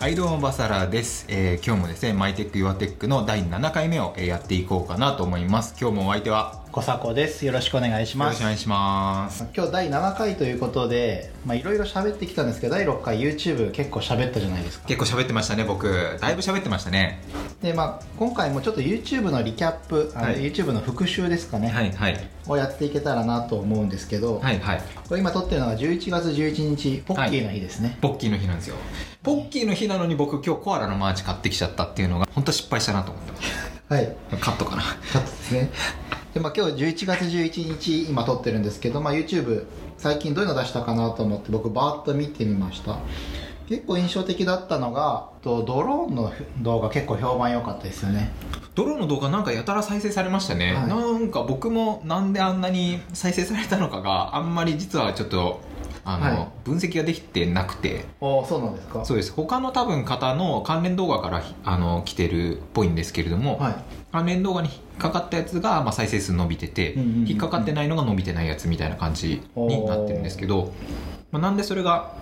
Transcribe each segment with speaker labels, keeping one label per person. Speaker 1: はいどうもバサラです、えー今日もですねマイテックユアテックの第7回目をえーやっていこうかなと思います今日もお相手は
Speaker 2: 小迫ですよろしくお願いし
Speaker 1: よろ
Speaker 2: ま
Speaker 1: しく
Speaker 2: す
Speaker 1: お願いします
Speaker 2: 今日第7回ということでまあいろいろ喋ってきたんですけど第6回 YouTube 結構喋ったじゃないですか
Speaker 1: 結構喋ってましたね僕だいぶ喋ってましたね
Speaker 2: でまあ今回もちょっと YouTube のリキャップあの、
Speaker 1: はい
Speaker 2: YouTube の復習ですかね、
Speaker 1: はいはい
Speaker 2: をやっていけたらなと思うんですけど、
Speaker 1: はいはい
Speaker 2: これ今撮ってるのが11月11日ポッキーの日ですね、
Speaker 1: ポッキーの日なんですよポッキーの日なのに僕今日コアラのマーチ買ってきちゃったっていうのが本当失敗したなと思ってます
Speaker 2: はい、
Speaker 1: カットかな
Speaker 2: カットですね。で、まあ今日11月11日、今撮ってるんですけど、まあ YouTube、最近どういうの出したかなと思って、僕バーッと見てみました。結構印象的だったのが、とドローンの動画結構評判良かったですよね。
Speaker 1: ドローンの動画なんかやたら再生されましたね、
Speaker 2: はい
Speaker 1: なんか僕もなんであんなに再生されたのかがあんまり実はちょっとあの、
Speaker 2: はい
Speaker 1: 分析ができてなくて
Speaker 2: おそうなんですか
Speaker 1: そうです他の多分方の関連動画からあの来てるっぽいんですけれども、
Speaker 2: はい。
Speaker 1: 関連動画に引っかかったやつが、まあ、再生数伸びてて、
Speaker 2: うんうんうんうん
Speaker 1: 引っかかってないのが伸びてないやつみたいな感じになってるんですけど、まあ、なんでそれが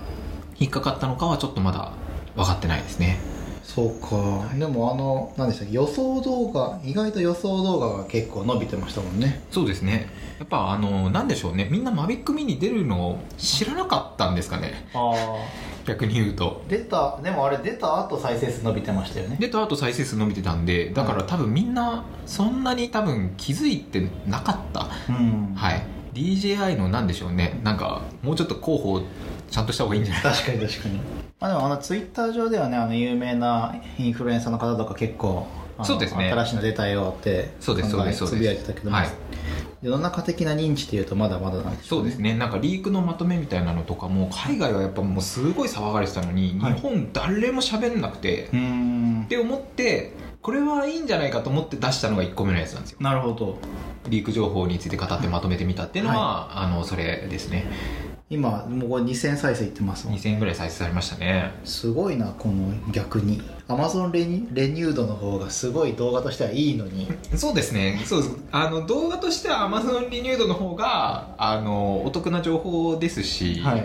Speaker 1: 引っかかったのかはちょっとまだ分かってないですね
Speaker 2: そうか。でもあの、何でしたっけ、予想動画、意外と予想動画が結構伸びてましたもんね。
Speaker 1: そうですねやっぱあのなんでしょうねみんなマビックミに出るのを知らなかったんですかね
Speaker 2: ああ。
Speaker 1: 逆に言うと
Speaker 2: 出た、でもあれ出た後再生数伸びてましたよね。
Speaker 1: でとあと再生数伸びてたんでだから多分みんなそんなに多分気づいてなかった
Speaker 2: うん。
Speaker 1: はい DJI のなんでしょうねなんかもうちょっと候補ちゃんとした方がいいんじゃない
Speaker 2: 確かに確かに、まあ、でもあのツイッター上ではねあの有名なインフルエンサーの方とか結構あの
Speaker 1: そうですね
Speaker 2: 新しいの出たよって
Speaker 1: そうですそうですそう
Speaker 2: つ
Speaker 1: です
Speaker 2: ぶやいてたけども、
Speaker 1: はい
Speaker 2: 世の中的な認知っていうとまだまだなんでしょ
Speaker 1: そうですねなんかリークのまとめみたいなのとかも海外はやっぱもうすごい騒がれてたのに、
Speaker 2: はい
Speaker 1: 日本誰も喋んなくて、
Speaker 2: う
Speaker 1: っ
Speaker 2: ーん
Speaker 1: て思ってこれはいいんじゃないかと思って出したのが1個目のやつなんですよ
Speaker 2: なるほど
Speaker 1: リーク情報について語ってまとめてみたっていうのは、あのそれですね
Speaker 2: 今もうこれ2000再生いってますもん
Speaker 1: 2000円ぐらい再生されましたね
Speaker 2: すごいなこの逆にアマゾンレニレニュードの方がすごい動画としてはいいのに
Speaker 1: そうですねそうですあの動画としては Amazon リニュードの方があのお得な情報ですし、
Speaker 2: はい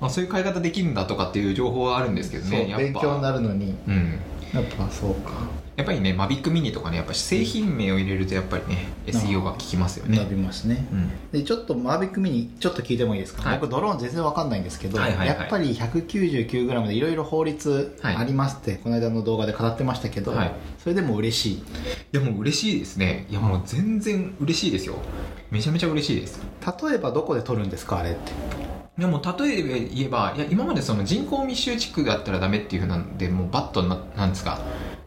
Speaker 1: まあ、そういう買い方できるんだとかっていう情報はあるんですけど
Speaker 2: そう
Speaker 1: ねやっ
Speaker 2: 勉
Speaker 1: ぱ
Speaker 2: 強になるのに
Speaker 1: うん
Speaker 2: やっぱそうか
Speaker 1: やっぱりねマビックミニとかねやっぱ製品名を入れるとやっぱりね SEO が効きますよ
Speaker 2: 伸
Speaker 1: ね
Speaker 2: びますね
Speaker 1: うん
Speaker 2: でちょっとマービックミニちょっと聞いてもいいですか、
Speaker 1: はい
Speaker 2: 僕ドローン全然わかんないんですけど、
Speaker 1: はいはいはい
Speaker 2: やっぱり 199g でいろいろ法律ありますって、この間の動画で語ってましたけど、
Speaker 1: はい
Speaker 2: それでも嬉しい
Speaker 1: いやもう嬉しいですねいやもう全然嬉しいですよめちゃめちゃ嬉しいです
Speaker 2: 例えばどこで撮るんですかあれって
Speaker 1: でも例えば言えばいや今までその人口密集地区だったらダメっていうふうなんでもうバッとななんですか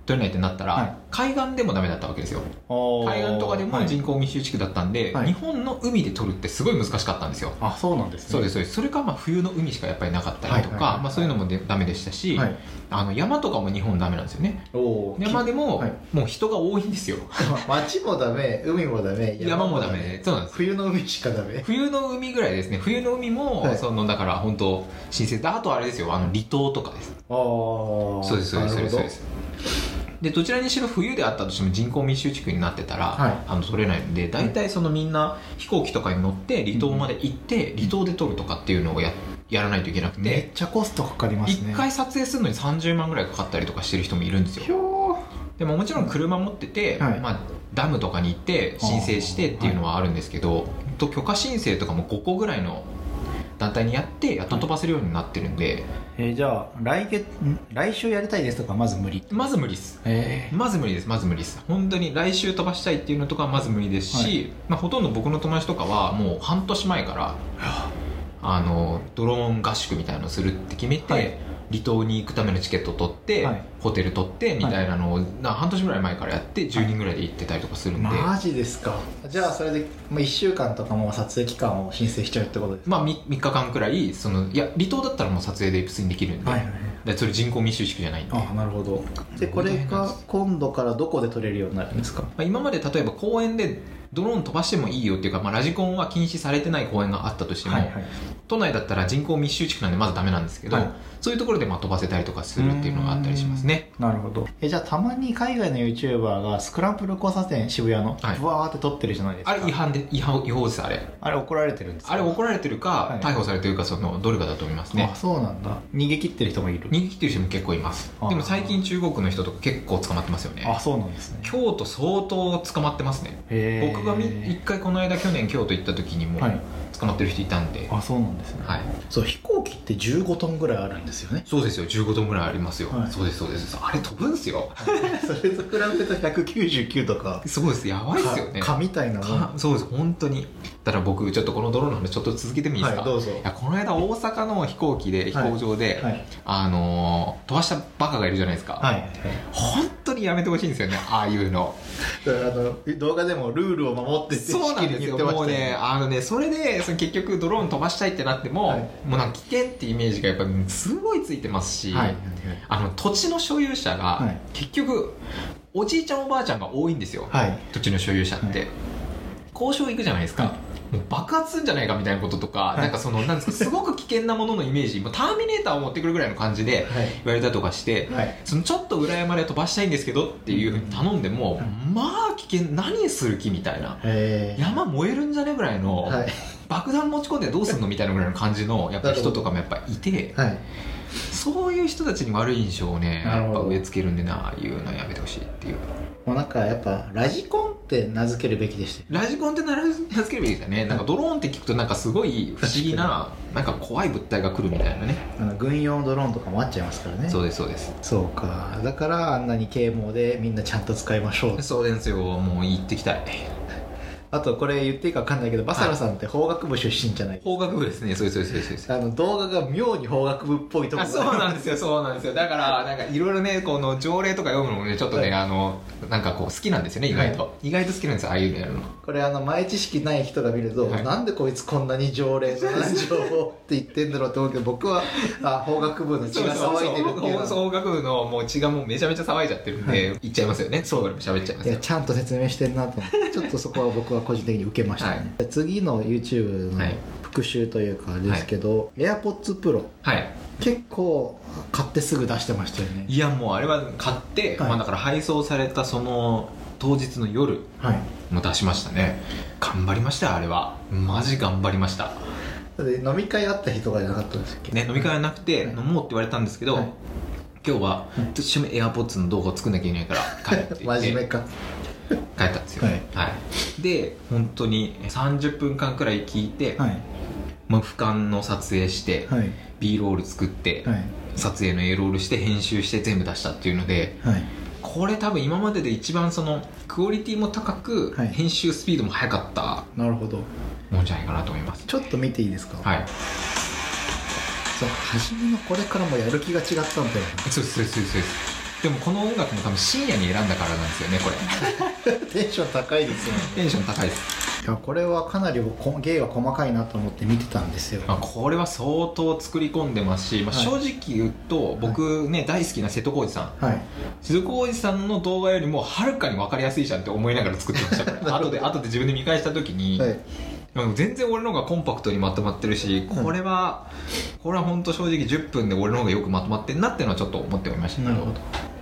Speaker 1: 取れないってなったら、
Speaker 2: はい
Speaker 1: 海岸でもダメだったわけですよ海
Speaker 2: 海
Speaker 1: 岸とかでも人口密集地区だったんで、
Speaker 2: はい
Speaker 1: 日本の海で取るってすごい難しかったんですよ、
Speaker 2: あそうなんですね
Speaker 1: そうですそうですそれかまあ冬の海しかやっぱりなかったりとか、
Speaker 2: はいはいはい
Speaker 1: まあ、そういうのもでダメでしたし、
Speaker 2: はい、
Speaker 1: あの山とかも日本ダメなんですよね
Speaker 2: おー
Speaker 1: 山でも、
Speaker 2: はい
Speaker 1: もう人が多いんですよ
Speaker 2: 街もダメ海もダメ
Speaker 1: 山もダメそうなんです
Speaker 2: 冬の海しかダメ
Speaker 1: 冬の海ぐらいですね冬の海も、
Speaker 2: はい
Speaker 1: そのだから本当新鮮だあとあれですよあの離島とかです
Speaker 2: ああ
Speaker 1: そうですそうですそうですそうですすでどちらにしろ冬であったとしても人口密集地区になってたら、
Speaker 2: はい
Speaker 1: あの取れないんで大体そのみんな飛行機とかに乗って離島まで行って、離島で撮るとかっていうのをややらないといけなく、
Speaker 2: めってちゃコストかかります
Speaker 1: 一
Speaker 2: ね
Speaker 1: 1回撮影するのに30万ぐらいかかったりとかしてる人もいるんですよ
Speaker 2: ひょー
Speaker 1: でももちろん車持ってて、
Speaker 2: はい
Speaker 1: まあ、ダムとかに行って申請してっていうのはあるんですけど、と許可申請とかも5個ぐらいの団体にやってやっと飛ばせるようになってるんで、
Speaker 2: えーじゃあ来月ん来週やりたいですとかまず無理
Speaker 1: まず無理です
Speaker 2: え
Speaker 1: まず無理ですまず無理です本当に来週飛ばしたいっていうのとかはまず無理ですし、
Speaker 2: は
Speaker 1: まあ、ほとんど僕の友達とかはもう半年前からあのドローン合宿みたいのをするって決めて、
Speaker 2: はい
Speaker 1: 離島に行くためのチケット取って、
Speaker 2: はい
Speaker 1: ホテル取ってみたいなのを、な半年ぐらい前からやって10人ぐらいで行ってたりとかするんで、
Speaker 2: マジですかじゃあそれで、まあ、1週間とかも撮影期間を申請しちゃうってことです
Speaker 1: まあ、み3日間くらいそのいや離島だったらもう撮影で普通にできるんで,、
Speaker 2: はい
Speaker 1: でそれ人口密集地区じゃないんで、ま
Speaker 2: あなるほどでこれが今度からどこで撮れるようになるんですか
Speaker 1: あ、今まで例えば公園でドローン飛ばしてもいいよっていうか、まあ、ラジコンは禁止されてない公園があったとしても、
Speaker 3: はいはい
Speaker 1: 都内だったら人口密集地区なんでまずダメなんですけど、
Speaker 3: はい
Speaker 1: そういうところでまあ飛ばせたりとかするっていうのがあったりしますね
Speaker 3: なるほどえじゃあたまに海外の YouTuber がスクランブル交差点渋谷の
Speaker 1: はい
Speaker 3: ブワーって撮ってるじゃないですか、
Speaker 1: あれ違反で違反違法ですあれ
Speaker 3: あれ怒られてるんですか
Speaker 1: あれ怒られてるか、
Speaker 3: はい
Speaker 1: 逮捕されてるかそのどれかだと思いますね
Speaker 3: あそうなんだ逃げ切ってる人もいる
Speaker 1: 逃げ切ってる人も結構います
Speaker 3: あー
Speaker 1: でも最近中国の人とか結構捕まってますよね
Speaker 3: あそうなんですね
Speaker 1: 京都相当捕まってますね
Speaker 3: へー
Speaker 1: 僕がみ一回この間去年京都行った時にも
Speaker 3: はい
Speaker 1: 捕まってる人いたんで、
Speaker 3: あそうなんですね、
Speaker 1: はい、
Speaker 2: そう飛行機って15トンぐらいあるんですよね
Speaker 1: そうですよ15トンぐらいありますよ、
Speaker 3: はい
Speaker 1: そうですそうですあれ飛ぶんすよ
Speaker 2: それと比べたら199とか
Speaker 1: すごいですやばいですよね
Speaker 2: 蚊みたいなもん
Speaker 1: かそうです本当にだから僕ちょっとこのドローンの話ちょっと続けてもいいですか、
Speaker 2: はいどうぞ
Speaker 1: やこの間大阪の飛行機で飛行場で、
Speaker 2: はい
Speaker 1: あのー飛ばしたバカがいるじゃないですか、
Speaker 2: はい
Speaker 1: 本当にやめてほしいんですよねああいうの
Speaker 2: だからあの動画でもルールを守ってって
Speaker 1: そうなんです
Speaker 2: しきりに言
Speaker 1: よ
Speaker 2: ってま
Speaker 1: もう
Speaker 2: したよ
Speaker 1: ねあのねそれでその結局ドローン飛ばしたいってなっても、
Speaker 2: はい
Speaker 1: もうなんか危険ってイメージがやっぱすごいついてますし、
Speaker 2: はいはい
Speaker 1: あの土地の所有者
Speaker 2: は
Speaker 1: が
Speaker 2: い
Speaker 1: 結局おじいちゃんおばあちゃんが多いんですよ、
Speaker 2: はいはい
Speaker 1: 土地の所有者って、
Speaker 2: は
Speaker 1: 交渉行くじゃないですか、
Speaker 2: は
Speaker 1: もう爆発するんじゃないかみたいなこととか、
Speaker 2: い
Speaker 1: なんかそのなん ですかすごく危険なもののイメージもうターミネーターを持ってくるぐらいの感じで
Speaker 2: はい
Speaker 1: 言われたとかして、
Speaker 2: はい
Speaker 1: そのちょっと裏山で飛ばしたいんですけどっていうふうに頼んでも、まあ危険何する気みたいな
Speaker 2: えー
Speaker 1: 山燃えるんじゃねぐらいの、
Speaker 2: はい
Speaker 1: 爆弾持ち込んでどうすんのみたいなぐらいの感じのやっぱ人とかもやっぱいて
Speaker 2: はい
Speaker 1: そういう人たちに悪い印象をね
Speaker 2: なる
Speaker 1: やっ
Speaker 2: ほど
Speaker 1: ぱ植え付けるんでなああいうのやめてほしいっていう
Speaker 2: もうなんかやっぱラジコンって名付けるべきでしたよ
Speaker 1: ラジコンって名付ければいいですよねなんかドローンって聞くとなんかすごい不思議ななんか怖い物体が来るみたいなね
Speaker 2: あの軍用ドローンとかもあっちゃいますからね
Speaker 1: そうですそうです
Speaker 2: そうかだからあんなに啓蒙でみんなちゃんと使いましょう
Speaker 1: そうですよもう行ってきたい
Speaker 2: あとこれ言っていいか分かんないけどバサラさんって法学部出身じゃない、
Speaker 1: 法学部ですねそうですそうですそうですそうです
Speaker 2: あの動画が妙に法学部っぽいとこ
Speaker 1: あ
Speaker 2: が
Speaker 1: そうなんですよそうなんですよだからなんかいろいろねこの条例とか読むのもねちょっとね、
Speaker 2: はい
Speaker 1: あのなんかこう好きなんですよね意外と、意外と好きなんですよああいうのやるの
Speaker 2: これあの前知識ない人が見ると、
Speaker 1: はい
Speaker 2: なんでこいつこんなに条例の何情報って言ってんだろうと思うけど僕はあ法学部の血が騒いでるっていうのは
Speaker 1: 法学部のもう血がもうめちゃめちゃ騒いじゃってるんで、言っちゃいますよねそう喋っちゃいま
Speaker 2: い
Speaker 1: す
Speaker 2: や
Speaker 1: よ
Speaker 2: ちゃんと説明してんなと思ってちょっとそこは僕は個人的に受けましたね、次の YouTube の
Speaker 1: はい
Speaker 2: 復習というかですけど、AirPods Pro
Speaker 1: はい
Speaker 2: 結構買ってすぐ出してましたよね
Speaker 1: いやもうあれは買って、
Speaker 2: はい
Speaker 1: まあ、だから配送されたその当日の夜
Speaker 2: はい
Speaker 1: も出しましたね頑張りましたよあれはマジ頑張りました
Speaker 2: だって飲み会あった日とかじゃなかったんですっけ
Speaker 1: ね飲み会はなくて
Speaker 2: はい
Speaker 1: 飲もうって言われたんですけど、
Speaker 2: はい
Speaker 1: 今日は一緒に AirPods の動画を作んなきゃいけないから帰るって言っ
Speaker 2: 真
Speaker 1: て
Speaker 2: 面目か
Speaker 1: 帰ったんですよ、
Speaker 2: は
Speaker 1: はいいで本当に30分間くらい聞いて、
Speaker 2: はい
Speaker 1: まあ、俯瞰の撮影して、
Speaker 2: はい
Speaker 1: B ロール作って、
Speaker 2: はい
Speaker 1: 撮影の A ロールして編集して全部出したっていうので
Speaker 2: はい
Speaker 1: これ多分今までで一番そのクオリティも高く、
Speaker 2: はい
Speaker 1: 編集スピードも速かった
Speaker 2: なるほど
Speaker 1: もんじゃないかなと思います
Speaker 2: ちょっと見ていいですか、
Speaker 1: はい
Speaker 2: そう初めのこれからもやる気が違ったんだよ
Speaker 1: そうですそうですそうですそうですでもこの音楽も多分深夜に選んだからなんですよねこれ
Speaker 2: な テンション高いですよね
Speaker 1: テンション高いです、
Speaker 2: いやこれはかなり僕こ芸が細かいなと思って見てたんですよ
Speaker 1: まあ、これは相当作り込んでますし、まあ、
Speaker 2: はい
Speaker 1: 正直言うと僕ね、大好きな瀬戸康史さん
Speaker 2: はい
Speaker 1: 静岡おじさんの動画よりもはるかに分かりやすいじゃんって思いながら作ってましたから 後で後で自分で見返した時に、
Speaker 2: はい
Speaker 1: 全然俺の方がコンパクトにまとまってるし
Speaker 2: はい
Speaker 1: これは、これは本当正直10分で俺の方がよくまとまってんなっていうのはちょっと思っておりましたけど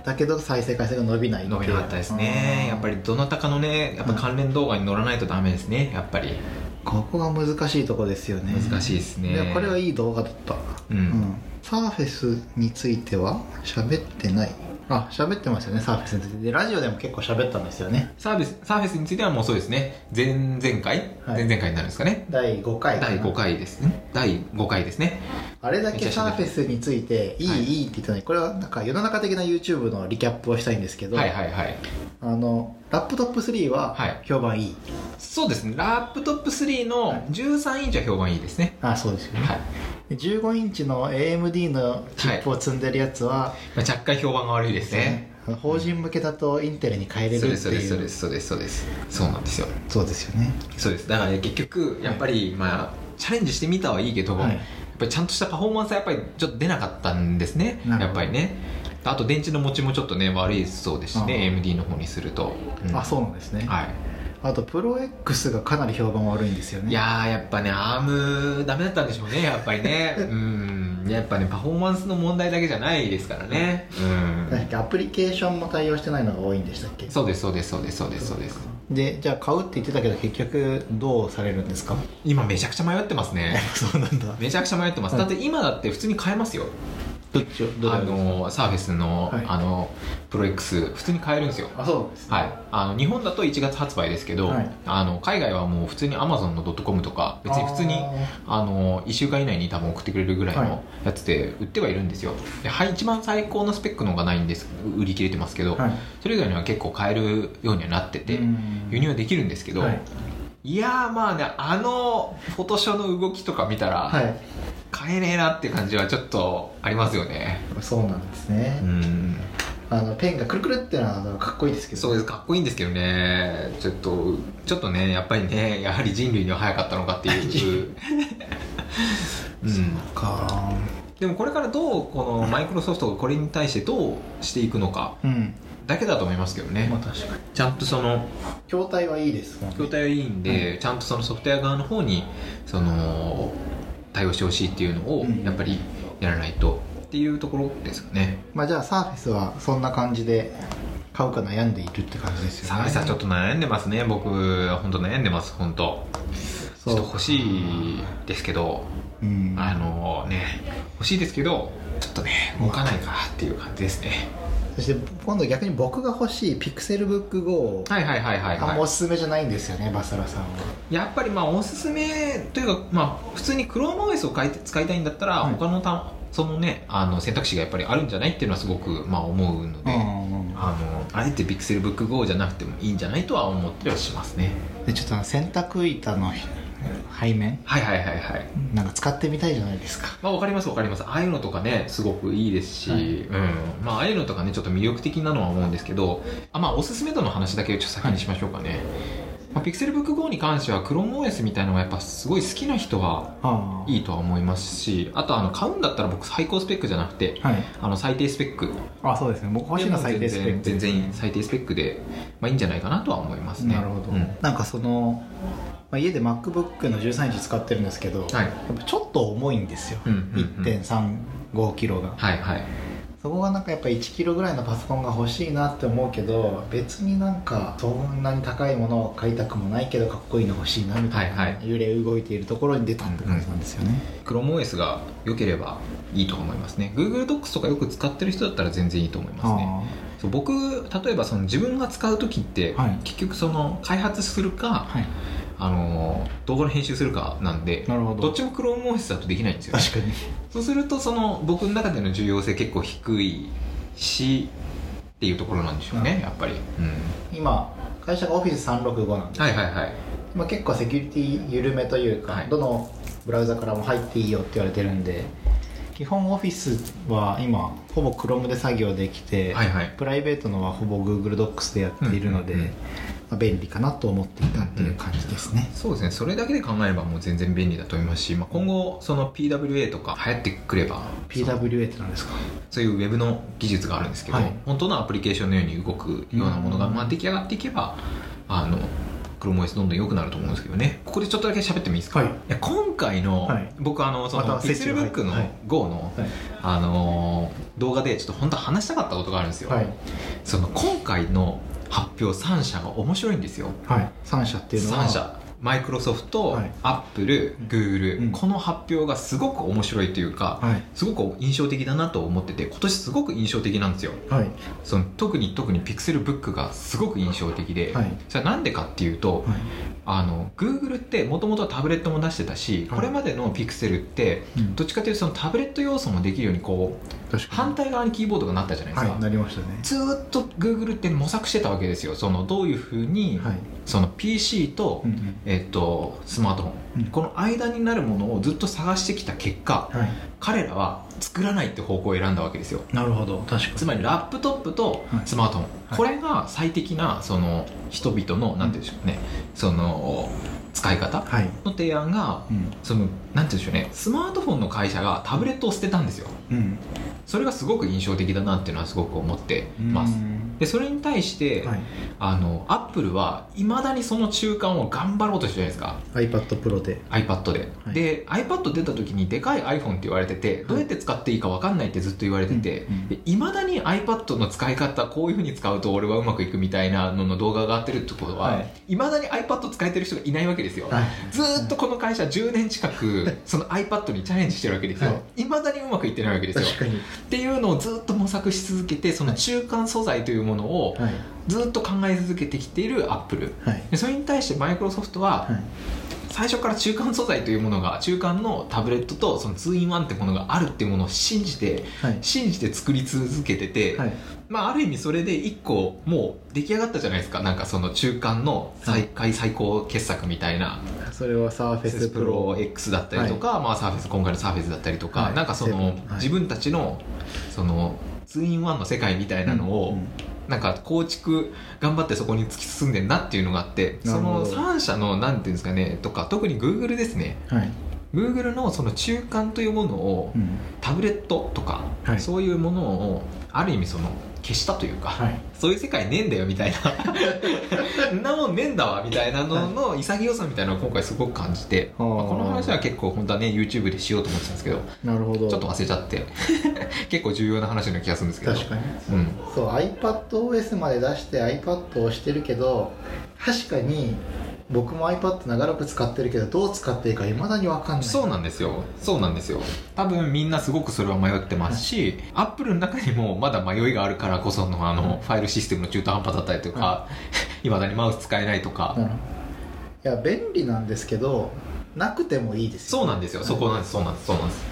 Speaker 2: だけど再生回数が伸びないっていう
Speaker 1: 伸びなかったですねやっぱりどなたかのねやっぱ関連動画に乗らないとダメですねやっぱり
Speaker 2: ここが難しいとこですよね
Speaker 1: 難しいですね
Speaker 2: やこれはいい動画だった
Speaker 1: うん、
Speaker 2: サーフェスについては喋ってないあ喋ってますよねサーフェスについてでラジオでも結構喋ったんですよね
Speaker 1: サービスサーフェスについてはもうそうですね前々回、
Speaker 2: は
Speaker 1: 前
Speaker 2: い
Speaker 1: 々回になるんですかね
Speaker 2: 第5回
Speaker 1: 第5回ですね第5回ですね
Speaker 2: あれだけサーフェスについていい、
Speaker 1: はい
Speaker 2: い、いって言ってないこれはなんか世の中的な YouTube のリキャップをしたいんですけど、
Speaker 1: はいはいはい
Speaker 2: あのラップトップ3は
Speaker 1: はい
Speaker 2: 評判いい、
Speaker 1: そうですねラップトップ3の13インチは評判いいですね
Speaker 2: あそうですよね、
Speaker 1: はい、
Speaker 2: で15インチの AMD のチップを積んでるやつは、
Speaker 1: まあ、若干評判が悪いですね
Speaker 2: あの法人向けだとインテルに変えれるって
Speaker 1: そう
Speaker 2: い
Speaker 1: で
Speaker 2: う
Speaker 1: すそうですそうですそうですそうですそうなんですよ
Speaker 2: そうですよね
Speaker 1: そうですだから、ね、結局やっぱり、まあチャレンジしてみたはいいけど、
Speaker 2: はい
Speaker 1: やっぱりちゃんとしたパフォーマンスはやっぱりちょっと出なかったんですね
Speaker 2: なるほど
Speaker 1: やっぱりねあと電池の持ちもちょっとね悪いそうですし
Speaker 2: ああ
Speaker 1: ね AMD の方にすると、
Speaker 2: あそううなんですね、
Speaker 1: はい
Speaker 2: あとプロ X がかなり評判悪いんですよね
Speaker 1: いやーやっぱねアームダメだったんでしょうねやっぱり ねうんやっぱねパフォーマンスの問題だけじゃないですからねうん
Speaker 2: 何だっけアプリケーションも対応してないのが多いんでしたっけ
Speaker 1: そうですそうですそうですそうですそうです
Speaker 2: でじゃあ買うって言ってたけど結局どうされるんで すか
Speaker 1: 今めちゃくちゃ迷ってます ね
Speaker 2: そうなんだ
Speaker 1: めちゃくちゃ迷ってますだって今だって普通に買えますよ
Speaker 2: どっちをど
Speaker 1: あ
Speaker 2: れを
Speaker 1: のサーフェスの,、
Speaker 2: はい
Speaker 1: あのプロ X 普通に買えるんですよ
Speaker 2: あそうですね
Speaker 1: はい、あの日本だと1月発売ですけど、
Speaker 2: はい
Speaker 1: あの海外はもう普通に Amazon の .com とか別に普通に
Speaker 2: あー
Speaker 1: あの1週間以内に多分送ってくれるぐらい
Speaker 2: はい
Speaker 1: のやつで売ってはいるんですよではい一番最高のスペックのがないんです売り切れてますけど、
Speaker 2: はい
Speaker 1: それ以外には結構買えるようにはなってて、
Speaker 2: うん
Speaker 1: 輸入はできるんですけど、
Speaker 2: はい
Speaker 1: い、やーまあねあのフォトショーの動きとか見たら、
Speaker 2: はい
Speaker 1: 買えねえなって感じはちょっとありますよね
Speaker 2: そうなんですね
Speaker 1: う、ん
Speaker 2: あのペンがくるくるってのはかっこいいですけど
Speaker 1: そうですかっこいいんですけどねちょっとちょっとねやっぱりねやはり人類には早かったのかって いう、うん、
Speaker 2: か
Speaker 1: でもこれからどうこのマイクロソフトがこれに対してどうしていくのか
Speaker 2: うん
Speaker 1: だけだと思いますけどね、
Speaker 2: まあ確かに
Speaker 1: ちゃんとその
Speaker 2: 筐体はいいですもんね
Speaker 1: 筐体はいいんで、ちゃんとそのソフトウェア側の方にその対応してほしいっていうのを
Speaker 2: うん
Speaker 1: やっぱりやらないとっていうところですかね
Speaker 2: まあじゃあサーフェスはそんな感じで買うか悩んでいるって感じですよ
Speaker 1: サ
Speaker 2: ね
Speaker 1: ービスはちょっと悩んでますね僕本当悩んでます本当ちょ
Speaker 2: そ
Speaker 1: っ
Speaker 2: う
Speaker 1: と欲しいですけど
Speaker 2: うん
Speaker 1: あのね欲しいですけどちょっとね動かないかっていう感じですね
Speaker 2: そして今度逆に僕が欲しいピクセルブック GO
Speaker 1: はいはいはいはい、
Speaker 2: あん
Speaker 1: はい
Speaker 2: まおすすめじゃないんですよねバサラさんは
Speaker 1: やっぱりまあおすすめというか、まあ、普通に ChromeOS を変えて使いたいんだったら
Speaker 2: はい
Speaker 1: 他のた、そのねあの選択肢がやっぱりあるんじゃないっていうのはすごくまあ思うので、
Speaker 2: うん
Speaker 1: あのあえて PixelBook5 じゃなくてもいいんじゃないとは思ってはしますね
Speaker 2: でちょっとあの洗濯板の背面
Speaker 1: はいはいはいはい
Speaker 2: なんか使ってみたいじゃないですか
Speaker 1: まあわかりますわかりますああいうのとかねすごくいいですし、うんまあああいうのとかねちょっと魅力的なのは思うんですけどあまあおすすめ度の話だけちょっと先にしましょうかね、まあ、PixelBook5 に関しては ChromeOS みたいなのがやっぱすごい好きな人はいいいとは思いますしあとあの買うんだったら僕最高スペックじゃなくて
Speaker 2: はい
Speaker 1: あの最低スペック
Speaker 2: あそうですね僕欲しいのは最低スペッ
Speaker 1: 全
Speaker 2: ク
Speaker 1: 然全然最低スペックで、まあ、いいんじゃないかなとは思いますね
Speaker 2: なるほど、
Speaker 1: うん
Speaker 2: なんかその、まあ、家で MacBook の13インチ使ってるんですけど、
Speaker 1: はい
Speaker 2: やっぱちょっと重いんですよ、
Speaker 1: うんうんうん
Speaker 2: 1.35キロが
Speaker 1: はいはい
Speaker 2: そこがなんかやっぱ1キロぐらいのパソコンが欲しいなって思うけど別になんかそんなに高いものを買いたくもないけどかっこいいの欲しいなみたい
Speaker 1: はい
Speaker 2: な
Speaker 1: は
Speaker 2: 揺れ動いているところに出たって感じなんですよね、
Speaker 1: ChromeOS が良ければいいと思いますね Google Docs とかよく使ってる人だったら全然いいと思いますねそう僕例えばその自分が使う時って、
Speaker 2: はい
Speaker 1: 結局その開発する
Speaker 2: あー
Speaker 1: か、
Speaker 2: はい
Speaker 1: あの動画の編集するかなんで
Speaker 2: なるほど
Speaker 1: どっちも ChromeOS だとできないんですよね
Speaker 2: 確かに
Speaker 1: そうするとその僕の中での重要性結構低いしっていうところなんでしょうね、やっぱり、うん、
Speaker 2: 今会社が Office365 なんで、
Speaker 1: はいはいはい
Speaker 2: まあ、結構セキュリティ緩めというか、
Speaker 1: はい
Speaker 2: どのブラウザからも入っていいよって言われてるんで基本 Office は今ほぼ Chrome で作業できて、
Speaker 1: はいはい
Speaker 2: プライベートのはほぼ Google Docs でやっているので、
Speaker 1: うんうんうん
Speaker 2: まあ、便利かなと思っていたっていう感じですね、
Speaker 1: そうですねそれだけで考えればもう全然便利だと思いますし、まあ、今後その PWA とか流行ってくれば
Speaker 2: PWA って何ですか
Speaker 1: そういうウェブの技術があるんですけど、
Speaker 2: はい
Speaker 1: 本当のアプリケーションのように動くようなものが、
Speaker 2: うん
Speaker 1: まあ、出来上がっていけばあの ChromeOS どんどん良くなると思うんですけどねここでちょっとだけ喋ってもいいですか、
Speaker 2: はい
Speaker 1: や今回の、
Speaker 2: はい
Speaker 1: 僕あのその
Speaker 2: またスイッチが入って
Speaker 1: Pixelbook の
Speaker 2: はい
Speaker 1: GO の、
Speaker 2: はい
Speaker 1: あのー動画でちょっと本当は話したかったことがあるんですよ、
Speaker 2: はい、
Speaker 1: その今回の発表3社が面白いんですよ
Speaker 2: はい、3社っていうのは
Speaker 1: 3社マイクロソフト
Speaker 2: はい
Speaker 1: アップルグー
Speaker 2: う
Speaker 1: ル
Speaker 2: ん
Speaker 1: この発表がすごく面白いというか、
Speaker 2: はい
Speaker 1: すごく印象的だなと思ってて今年すごく印象的なんですよ
Speaker 2: はい
Speaker 1: その特に特にピクセルブックがすごく印象的で、
Speaker 2: はい
Speaker 1: それはなんでかっていうと、
Speaker 2: はい
Speaker 1: あの Google ってもともとタブレットも出してたし、
Speaker 2: はい
Speaker 1: これまでのピクセルって
Speaker 2: うん
Speaker 1: どっちかというとそのタブレット要素もできるようにこう
Speaker 2: 確か
Speaker 1: 反対側にキーボードがなったじゃない
Speaker 2: に
Speaker 1: ですか、
Speaker 2: はいなりましたね
Speaker 1: ずーっと Google って模索してたわけですよそのどういうふうに、
Speaker 2: はい、
Speaker 1: その PC と,、
Speaker 2: うんうん
Speaker 1: えっとスマートフォン、
Speaker 2: うん
Speaker 1: この間になるものをずっと探してきた結果
Speaker 2: はい、
Speaker 1: 彼らは作らないって方向を選んだわけですよ
Speaker 2: なるほど確か
Speaker 1: つまりラップトップと
Speaker 2: はい
Speaker 1: スマートフォン、
Speaker 2: はい
Speaker 1: これが最適なその人々の何て言うんでしょうね、その使い方
Speaker 2: はい、
Speaker 1: の提案が
Speaker 2: うん、
Speaker 1: そのなんて言うんでしょうねスマートフォンの会社がタブレットを捨てたんですよ
Speaker 4: うん
Speaker 1: それがすごく印象的だなっていうのはすごく思ってますでそれに対して、
Speaker 4: はい、
Speaker 1: あのアップルはいまだにその中間を頑張ろうとしてるじゃないです
Speaker 4: iPad Pro で
Speaker 1: か iPad で、
Speaker 4: はい
Speaker 1: で iPad 出た時にでかい iPhone って言われててどうやって使っていいか分かんないってずっと言われてて
Speaker 4: うんうん
Speaker 1: いま、未だに iPad の使い方こういうふうに使うと俺はうまくいくみたいなのの動画が上がってるってことは
Speaker 4: はい
Speaker 1: ま、未だに iPad 使えてる人がいないわけですよ、
Speaker 4: はい
Speaker 1: ずーっとこの会社10年近くその iPad にチャレンジしてるわけですよ、、
Speaker 4: はい
Speaker 1: まだにうまくいってないわけですよ
Speaker 4: 確かに、
Speaker 1: っていうのをずっと模索し続けてその中間素材というものを
Speaker 4: はい
Speaker 1: ずっと考え続けてきているアップル
Speaker 4: はい
Speaker 1: でそれに対してマイクロソフト
Speaker 4: は、
Speaker 1: はい最初から中間素材というものが中間のタブレットとその 2in1 ってものがあるっていうものを信じて
Speaker 4: はい
Speaker 1: 信じて作り続けてて、
Speaker 4: はい
Speaker 1: まあある意味それで1個もう出来上がったじゃないですかなんかその中間の最下位最高傑作みたいな
Speaker 4: それは Surface
Speaker 1: プロ X だったりとか、まあサーフェス今回のサーフェスだったりとか、
Speaker 4: はい
Speaker 1: なんかその、
Speaker 4: はい
Speaker 1: 自分たちのその 2in1 の世界みたいなのを、
Speaker 4: うん
Speaker 1: なんか構築頑張ってそこに突き進んでんなっていうのがあって
Speaker 4: な
Speaker 1: そ
Speaker 4: るほ
Speaker 1: の
Speaker 4: ど
Speaker 1: 3社のなんていうんですかねとか特に Google ですね
Speaker 4: うんはい、
Speaker 1: Google のその中間というものを
Speaker 4: うん
Speaker 1: タブレットとか、
Speaker 4: はい
Speaker 1: そういうものをある意味その消したというか、
Speaker 4: はい
Speaker 1: そういう世界ねえんだよみたいな んなもんねえんだわみたいなのの潔さみたいなのを今回すごく感じて、
Speaker 4: はあ
Speaker 1: まあこの話は結構本当はね YouTube でしようと思ってたんですけどち
Speaker 4: なるほど
Speaker 1: ょっと忘れちゃって 結構重要な話の気がするんですけど
Speaker 4: 確かに
Speaker 1: うん、
Speaker 2: そう iPadOS まで出して iPad をしてるけど
Speaker 4: 確かに僕も iPad 長らく使ってるけどどう使っていいかいまだに分かんない
Speaker 1: そうなんですよそうなんですよ多分みんなすごくそれは迷ってますし、アップルの中にもまだ迷いがあるからこそのあの、ファイルシステムの中途半端だったりとか、いまだにマウス使えないとか、
Speaker 4: なるほど
Speaker 2: いや便利なんですけどなくてもいいですよ
Speaker 1: そうなんですよ、そこなんです、そうなんです、そうなんです。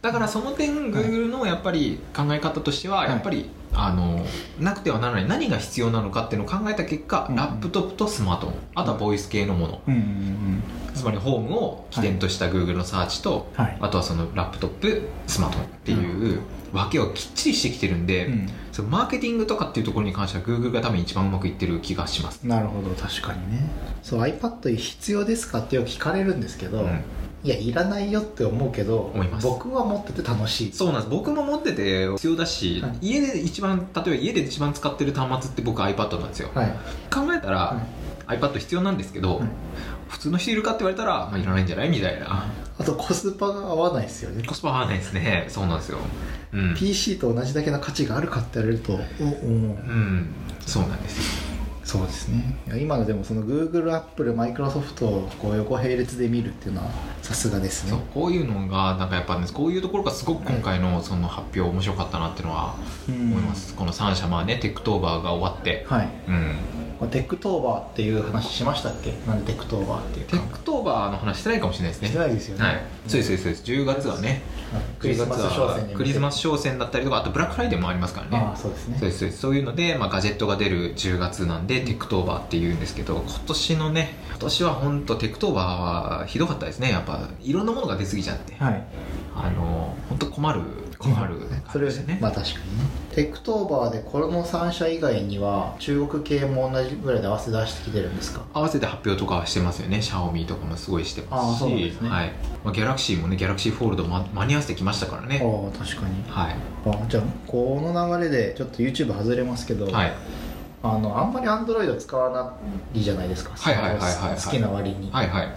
Speaker 1: だからその点、Google のやっぱり考え方としては、
Speaker 4: い
Speaker 1: やっぱり、あのなくてはならない、何が必要なのかっていうのを考えた結果、
Speaker 4: うん
Speaker 1: ラップトップとスマートフォン、あとはボイス系のもの、
Speaker 4: うんうんうん
Speaker 1: つまりホームを起点とした Google のサーチと、
Speaker 4: はい
Speaker 1: あとはそのラップトップ、スマートフォンっていう訳をきっちりしてきてるんで、
Speaker 4: う
Speaker 1: そのマーケティングとかっていうところに関しては、Google が多分一番うまくいってる気がします。
Speaker 4: んなるほど確かにね
Speaker 2: そう iPad 必要ですかってよく聞かれるんですけど、
Speaker 1: うん
Speaker 2: いやいらないよって思うけど
Speaker 1: 思います
Speaker 2: 僕は持ってて楽しい
Speaker 1: そうなんです僕も持ってて必要だし、
Speaker 2: はい
Speaker 1: 家で一番例えば家で一番使ってる端末って僕 iPad なんですよ、
Speaker 2: はい
Speaker 1: 考えたら、iPad 必要なんですけど、
Speaker 2: はい
Speaker 1: 普通の人いるかって言われたら、まあ、いらないんじゃないみたいな
Speaker 2: あとコスパが合わないですよね
Speaker 1: コスパは合わないですねそうなんですようん
Speaker 2: PC と同じだけの価値があるかって言われるとお思う
Speaker 1: うんそうなんですよ
Speaker 2: そうですねいや今のでもその Google アップルマイクロソフトをこう横並列で見るっていうのはさすがです
Speaker 1: そう
Speaker 2: ね
Speaker 1: こういうのがなんかやっぱねこういうところがすごく今回のその発表面白かったなっていうのは思います、この3社まあねテックトーバーが終わって
Speaker 2: はい
Speaker 1: うん
Speaker 2: これテックトーバーっていう話しましたっけなんでテックトーバーっていう
Speaker 1: テ
Speaker 2: か
Speaker 1: ックトーバーの話してないかもしれないですね
Speaker 2: してないですよね、
Speaker 1: はい、そうですそうですそうです10月はね
Speaker 2: クリスマス商戦に向けて
Speaker 1: クリスマス商戦だったりとかあとブラックフライデーもありますからね
Speaker 2: ああそうですね
Speaker 1: そうですそうですそういうので、まあ、ガジェットが出る10月なんで、テクトーバーっていうんですけど今年のね今年は本当テクトーバーはひどかったですねやっぱいろんなものが出過ぎちゃって、
Speaker 4: はい
Speaker 1: あの本当困る困る
Speaker 2: それ
Speaker 1: 感じでね、
Speaker 2: まあ確かにねテクトーバーでこの3社以外には中国系も同じぐらいで合わせ出してきてるんですか
Speaker 1: 合わせて発表とかはしてますよねシャオミとかもすごいしてま
Speaker 2: あ
Speaker 1: す
Speaker 2: そうなん
Speaker 1: し
Speaker 2: ですね
Speaker 1: はいまあ、ギャラクシーもねギャラクシーフォールドも間に合わせてきましたから
Speaker 2: あ
Speaker 1: ね
Speaker 2: あ確かに
Speaker 1: はい
Speaker 2: あじゃあこの流れでちょっと YouTube 外れますけど、
Speaker 1: はい
Speaker 2: あのあんまり Android 使わないじゃないですか
Speaker 1: はいはいはいはいはい
Speaker 2: 好きな割に、
Speaker 1: はいはい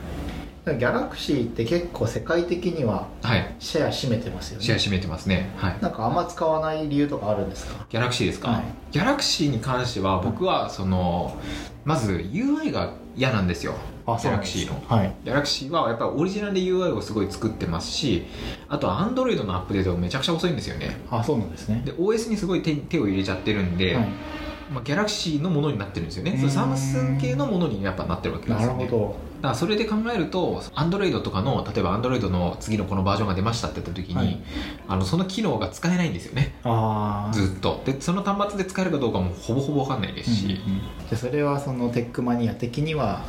Speaker 2: ギャラクシーって結構世界的には
Speaker 1: はい
Speaker 2: シェア占めてますよ
Speaker 1: 試合
Speaker 2: ね
Speaker 1: 締めてますねはい
Speaker 2: なんかあんま使わない理由とかあるんですか
Speaker 1: ギャラクシーですか、
Speaker 2: はい
Speaker 1: ギャラクシーに関しては僕はそのまず UI が嫌なんですよ
Speaker 2: あ
Speaker 1: ギャラクシーの
Speaker 2: はい
Speaker 1: ギャラクシーはやっぱりオリジナルで UI をすごい作ってますしあとは Android のアップデートがめちゃくちゃ遅いんですよね
Speaker 2: あそうなんですね
Speaker 1: で OS にすごい手手を入れちゃってるんで、
Speaker 2: はい
Speaker 1: まあ、ギャラクシーのものになってるんですよね
Speaker 2: ん
Speaker 1: それサムスン系のものにやっぱなってるわけですよ
Speaker 2: な
Speaker 1: ね
Speaker 2: るほど
Speaker 1: だからそれで考えると Android とかの例えば Android の次のこのバージョンが出ましたって言った時に、
Speaker 2: はい
Speaker 1: あのその機能が使えないんですよね
Speaker 2: ああ
Speaker 1: ずっとでその端末で使えるかどうかもほぼほぼ分かんないですし、
Speaker 2: じゃあそれはそのテックマニア的には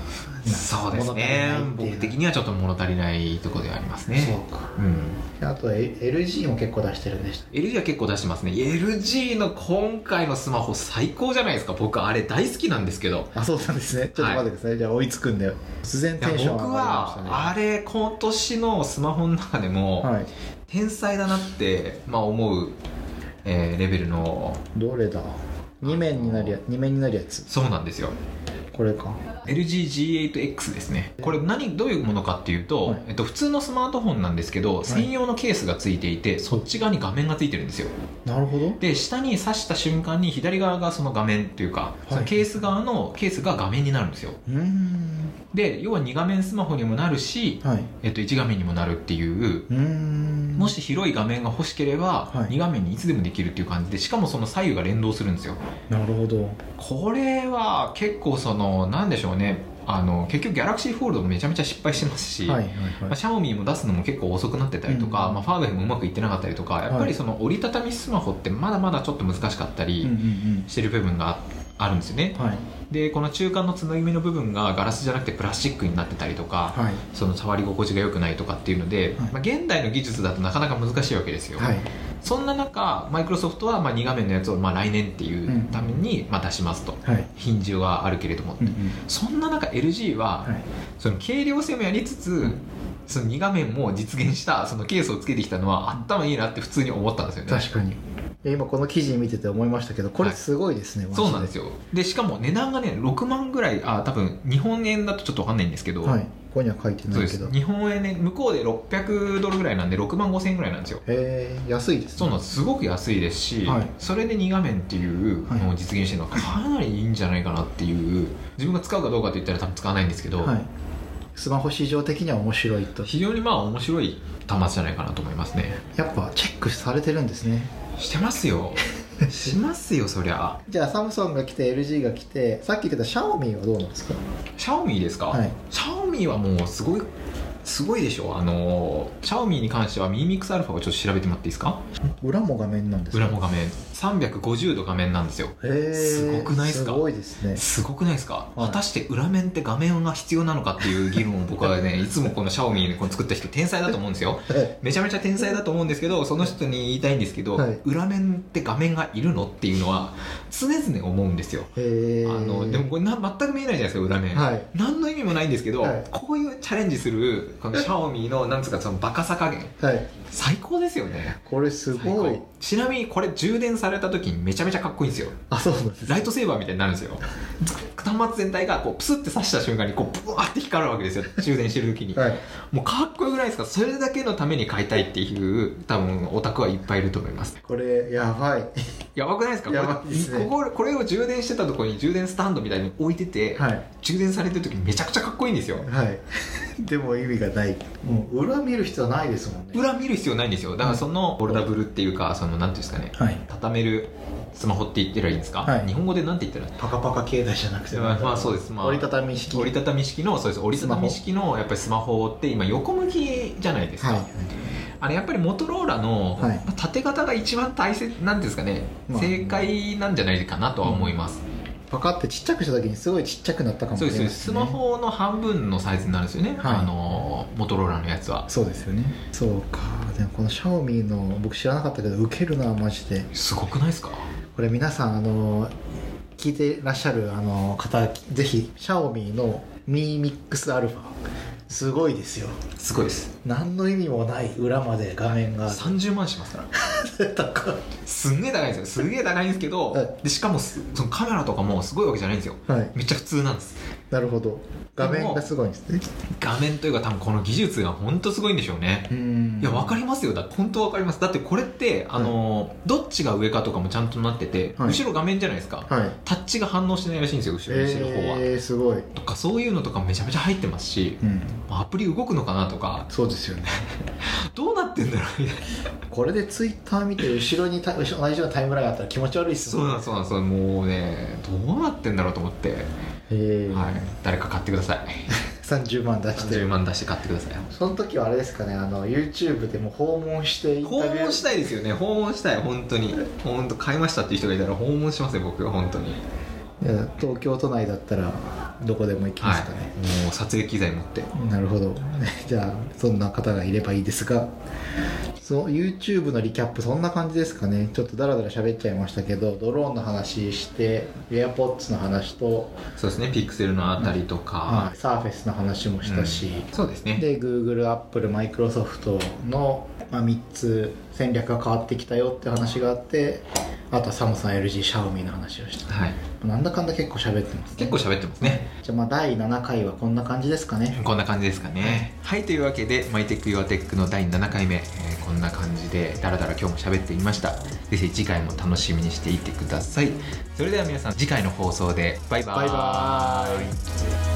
Speaker 1: そうですね
Speaker 2: 物足りな
Speaker 1: 僕
Speaker 2: いって
Speaker 1: 的
Speaker 2: いう
Speaker 1: にはちょっと物足りないところではありますね
Speaker 2: そうか
Speaker 1: うん
Speaker 2: であとえ LG も結構出してるんでした
Speaker 1: LG は結構出してますね LG の今回のスマホ最高じゃないですか僕あれ大好きなんですけど
Speaker 2: あそうなんですねちょっと待ってください、じゃあ追いつくんだよ然テンション上
Speaker 1: 僕
Speaker 2: がりましたね
Speaker 1: はあれ今年のスマホの中でも、
Speaker 2: はい
Speaker 1: 天才だなって、まあ、思う、えーレベルの
Speaker 2: どれだ2面になるや二面になるやつ
Speaker 1: そうなんですよ
Speaker 2: これか
Speaker 1: LGG8X ですねこれ何どういうものかっていうと、
Speaker 2: はい
Speaker 1: えっと、普通のスマートフォンなんですけど、専用のケースがついていてそっち側に画面がついてるんですよ
Speaker 2: なるほど
Speaker 1: で下に刺した瞬間に左側がその画面というか、そのケース側のケースが画面になるんですよ
Speaker 2: うーん
Speaker 1: で要は2画面スマホにもなるし、
Speaker 2: はい
Speaker 1: えっと、1画面にもなるっていう
Speaker 2: うーん
Speaker 1: もし広い画面が欲しければ、
Speaker 2: はい
Speaker 1: 2画面にいつでもできるっていう感じでしかもその左右が連動するんですよ
Speaker 2: なるほど
Speaker 1: これは結構そのなんでしょうねあの結局ギャラクシーフォールドもめちゃめちゃ失敗してますし、
Speaker 2: はいはい
Speaker 1: まあ、
Speaker 2: はい
Speaker 1: シャオミも出すのも結構遅くなってたりとか、
Speaker 2: うん
Speaker 1: まあ、ファーウェイもうまくいってなかったりとかやっぱりその折りたたみスマホってまだまだちょっと難しかった
Speaker 2: うんう
Speaker 1: り
Speaker 2: ん
Speaker 1: してる部分があるんですよね
Speaker 2: うんはい
Speaker 1: でこの中間のつなぎ目の部分がガラスじゃなくてプラスチックになってたりとか、
Speaker 2: はい
Speaker 1: その触り心地が良くないとかっていうので、
Speaker 2: はい
Speaker 1: まあ、現代の技術だとなかなか難しいわけですよ、
Speaker 2: はい
Speaker 1: そんな中マイクロソフトはまあ2画面のやつをまあ来年っていうためにまあ出しますと、
Speaker 2: はい
Speaker 1: 品種はあるけれども、
Speaker 2: うんうん
Speaker 1: そんな中 LG は、
Speaker 2: はい
Speaker 1: その軽量性もやりつつ、その2画面も実現したそのケースをつけてきたのは頭いいなって普通に思ったんですよね
Speaker 2: 確かにいや今この記事見てて思いましたけどこれすごいですね、マジ
Speaker 1: そうなんですよでしかも値段がね6万ぐらいあ多分日本円だとちょっと分かんないんですけど、
Speaker 2: はいここには書いて
Speaker 1: そう
Speaker 2: な
Speaker 1: で
Speaker 2: いけど
Speaker 1: す
Speaker 2: へ
Speaker 1: 日本円で、向こうで600ドルぐらいなんで6万5000円ぐらいなんですよ
Speaker 2: え安いですね
Speaker 1: そうなんですすごく安いですし、
Speaker 2: はい
Speaker 1: それで2画面っていうのを実現してるのはかなりいいんじゃないかなっていう自分が使うかどうかといったら多分使わないんですけど、
Speaker 2: はい、スマホ市場的には面白いと
Speaker 1: 非常にまあ面白い端末じゃないかなと思いますね
Speaker 2: やっぱチェックされてるんですね
Speaker 1: してます よしますよそりゃ
Speaker 2: じゃあサムソンが来て LG が来てさっき言ってたシャオミはどうなんですか
Speaker 1: シャオミですか、
Speaker 2: はい
Speaker 1: シャオミはもうすごいすごいでしょあのーシャオミに関してはミーミックスアルファをちょっと調べてもらっていいですか
Speaker 2: 裏も画面なんですか
Speaker 1: 裏も画面350度画面なんですよ
Speaker 2: へー
Speaker 1: すごくないっすか
Speaker 2: すごいで すね
Speaker 1: すごくないですか、
Speaker 2: はい
Speaker 1: 果たして裏面って画面が必要なのかっていう議論を僕は ねいつもこのシャオミのこの作った人天才だと思うんですよ
Speaker 2: え
Speaker 1: めちゃめちゃ天才だと思うんですけどその人に言いたいんですけど、
Speaker 2: はい
Speaker 1: 裏面って画面がいるのっていうのは常々思うんですよ
Speaker 2: え
Speaker 1: あ
Speaker 2: ー
Speaker 1: のでもこれな全く見えないじゃないですか裏面、
Speaker 2: はい
Speaker 1: 何の意味もないんですけど、
Speaker 2: はい
Speaker 1: こういうチャレンジするこのシャオミのなんつうかそのバカさ加減
Speaker 2: はい
Speaker 1: 最高ですよね
Speaker 2: これす
Speaker 1: 最
Speaker 2: ごい
Speaker 1: 高ちなみにこれ充電された時にめちゃめちゃかっこいいんですよ
Speaker 2: あそうなんです
Speaker 1: ライトセーバーみたいになるんですよ端末全体がこうプスって刺した瞬間にこうブワーって光るわけですよ充電してる時に、
Speaker 2: はい
Speaker 1: もうかっこよくないですかそれだけのために買いたいっていう多分オタクはいっぱいいると思います
Speaker 2: これやばい
Speaker 1: やばくないですか
Speaker 2: やばいですね
Speaker 1: これこここれを充電してたところに充電スタンドみたいに置いてて、
Speaker 2: はい
Speaker 1: 充電されてる時めちゃくちゃかっこいいんですよ
Speaker 2: はい でも意味がない
Speaker 4: もう裏見る必要ないですもんね
Speaker 1: 裏見る必要ないんですよだからそのフォルダブルっていうかそのなんていうんですかね
Speaker 2: はい
Speaker 1: 畳めるスマホって言ってらいいんですか、
Speaker 2: はい
Speaker 1: 日本語でなんて言ったら
Speaker 4: パカパカ携帯じゃなくて
Speaker 1: まあまあそうですまあ
Speaker 2: 折りたたみ式
Speaker 1: 折りたたみ式のそうです折りたたみ式のやっぱりスマホって今横向きじゃないですか、
Speaker 2: はい
Speaker 1: あれやっぱりモトローラの
Speaker 2: はい
Speaker 1: まあ縦型が一番大切なんていうんですかね、
Speaker 2: まあ
Speaker 1: 正解なんじゃないかなとは思います、
Speaker 2: パカってちっちゃくした時にすごいちっちゃくなったかもし
Speaker 1: そう
Speaker 2: れ
Speaker 1: で
Speaker 2: な
Speaker 1: す
Speaker 2: い
Speaker 1: そう
Speaker 2: で
Speaker 1: ですすス
Speaker 2: ね
Speaker 1: マホの半分のサイズになるんですよね、
Speaker 2: はい
Speaker 1: あのモトローラのやつは
Speaker 2: そうですよねそうかでもこのシャオミの僕知らなかったけどウケるなマジです
Speaker 1: ごくないですか
Speaker 2: これ皆さんあの聞いてらっしゃるあの方ぜひシャオミのミーミックスアルファすごいですよ
Speaker 1: すごいです
Speaker 2: 何の意味もない裏まで画面が
Speaker 1: 30万しますから
Speaker 2: 高い
Speaker 1: すんげえ高いんですよすげえ高いんですけど、
Speaker 2: はい
Speaker 1: でしかもすそのカメラとかもすごいわけじゃないんですよ
Speaker 2: はい
Speaker 1: めっちゃ普通なんです
Speaker 2: なるほど画面がすごいんですね
Speaker 1: 画面というか多分この技術が本当すごいんでしょうね
Speaker 2: うん
Speaker 1: いや分かりますよだって本当分かりますだってこれってあのー、どっちが上かとかもちゃんとなってて、
Speaker 2: はい
Speaker 1: 後ろ画面じゃないですか、
Speaker 2: はい
Speaker 1: タッチが反応しないらしいんですよ後ろにしてる方は、
Speaker 2: えー、すごい、
Speaker 1: とかそういうのとかめちゃめちゃ入ってますし
Speaker 2: うん、
Speaker 1: アプリ動くのかなとか
Speaker 2: そうですよね
Speaker 1: どうなってんだろうみたい な
Speaker 2: これでツイッター見て後ろにた同じようなタイムラインあったら気持ち悪いっす
Speaker 1: そ
Speaker 2: も
Speaker 1: うんなんそうなんそうもうねどうなってんだろうと思って、
Speaker 2: へえ、
Speaker 1: はい、誰か買ってくだ さい
Speaker 2: 30万出して
Speaker 1: 30万出して買ってください
Speaker 2: その時はあれですかねあの YouTube でも訪問してインタビ
Speaker 1: 訪
Speaker 2: ュー
Speaker 1: 問したいですよね訪問したい本当に本当買いましたっていう人がいたら訪問しますよ僕は本当に
Speaker 2: いや東京都内だったらどこでも行きま
Speaker 1: は
Speaker 2: す
Speaker 1: い
Speaker 2: かね、
Speaker 1: もう撮影機材持って
Speaker 2: なるほどじゃあそんな方がいればいいですがそう YouTube のリキャップそんな感じですかねちょっとダラダラ喋っちゃいましたけどドローンの話して AirPods の話と、
Speaker 1: そうですねピクセルのあたりとか、
Speaker 2: サーフェスの話もしたし、
Speaker 1: そうですね
Speaker 2: で Google、Apple、Microsoft の、まあ、3つ戦略が変わってきたよって話があってあとはサムスン LG シャオミの話をした
Speaker 1: はい
Speaker 2: なんだかんだ結構喋ってますね
Speaker 1: 結構喋ってますね
Speaker 2: じゃあまあ第7回はこんな感じですかね
Speaker 1: こんな感じですかねはいというわけで「マイテックヨアテックの第7回目、えーこんな感じでダラダラ今日も喋ってみましたぜひ次回も楽しみにしていてくださいそれでは皆さん次回の放送でバイバー
Speaker 2: バイバーイ